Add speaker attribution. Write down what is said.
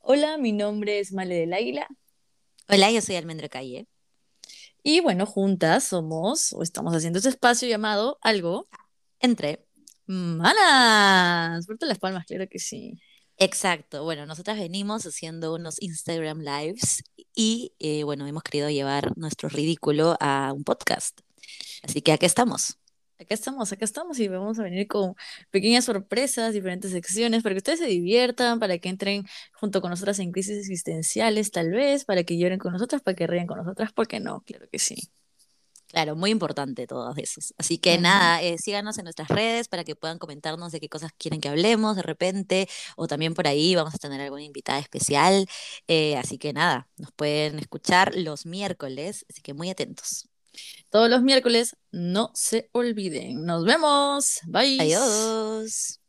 Speaker 1: Hola, mi nombre es Male del Águila
Speaker 2: Hola, yo soy Almendra Calle.
Speaker 1: y bueno, juntas somos o estamos haciendo este espacio llamado algo
Speaker 2: Entré.
Speaker 1: manas. Fuerte las palmas, claro que sí.
Speaker 2: Exacto. Bueno, nosotras venimos haciendo unos Instagram Lives y, eh, bueno, hemos querido llevar nuestro ridículo a un podcast. Así que aquí estamos.
Speaker 1: Acá estamos, acá estamos y vamos a venir con pequeñas sorpresas, diferentes secciones para que ustedes se diviertan, para que entren junto con nosotras en crisis existenciales tal vez, para que lloren con nosotras, para que rían con nosotras, ¿por qué no? Claro que sí.
Speaker 2: Claro, muy importante todos esos. Así que
Speaker 1: Ujú.
Speaker 2: nada, eh, síganos en nuestras redes para que puedan comentarnos de qué cosas quieren que hablemos de repente o también por ahí vamos a tener alguna invitada especial. Eh, así que nada, nos pueden escuchar los miércoles, así que muy atentos.
Speaker 1: Todos los miércoles, no se olviden. Nos vemos. Bye.
Speaker 2: Adiós.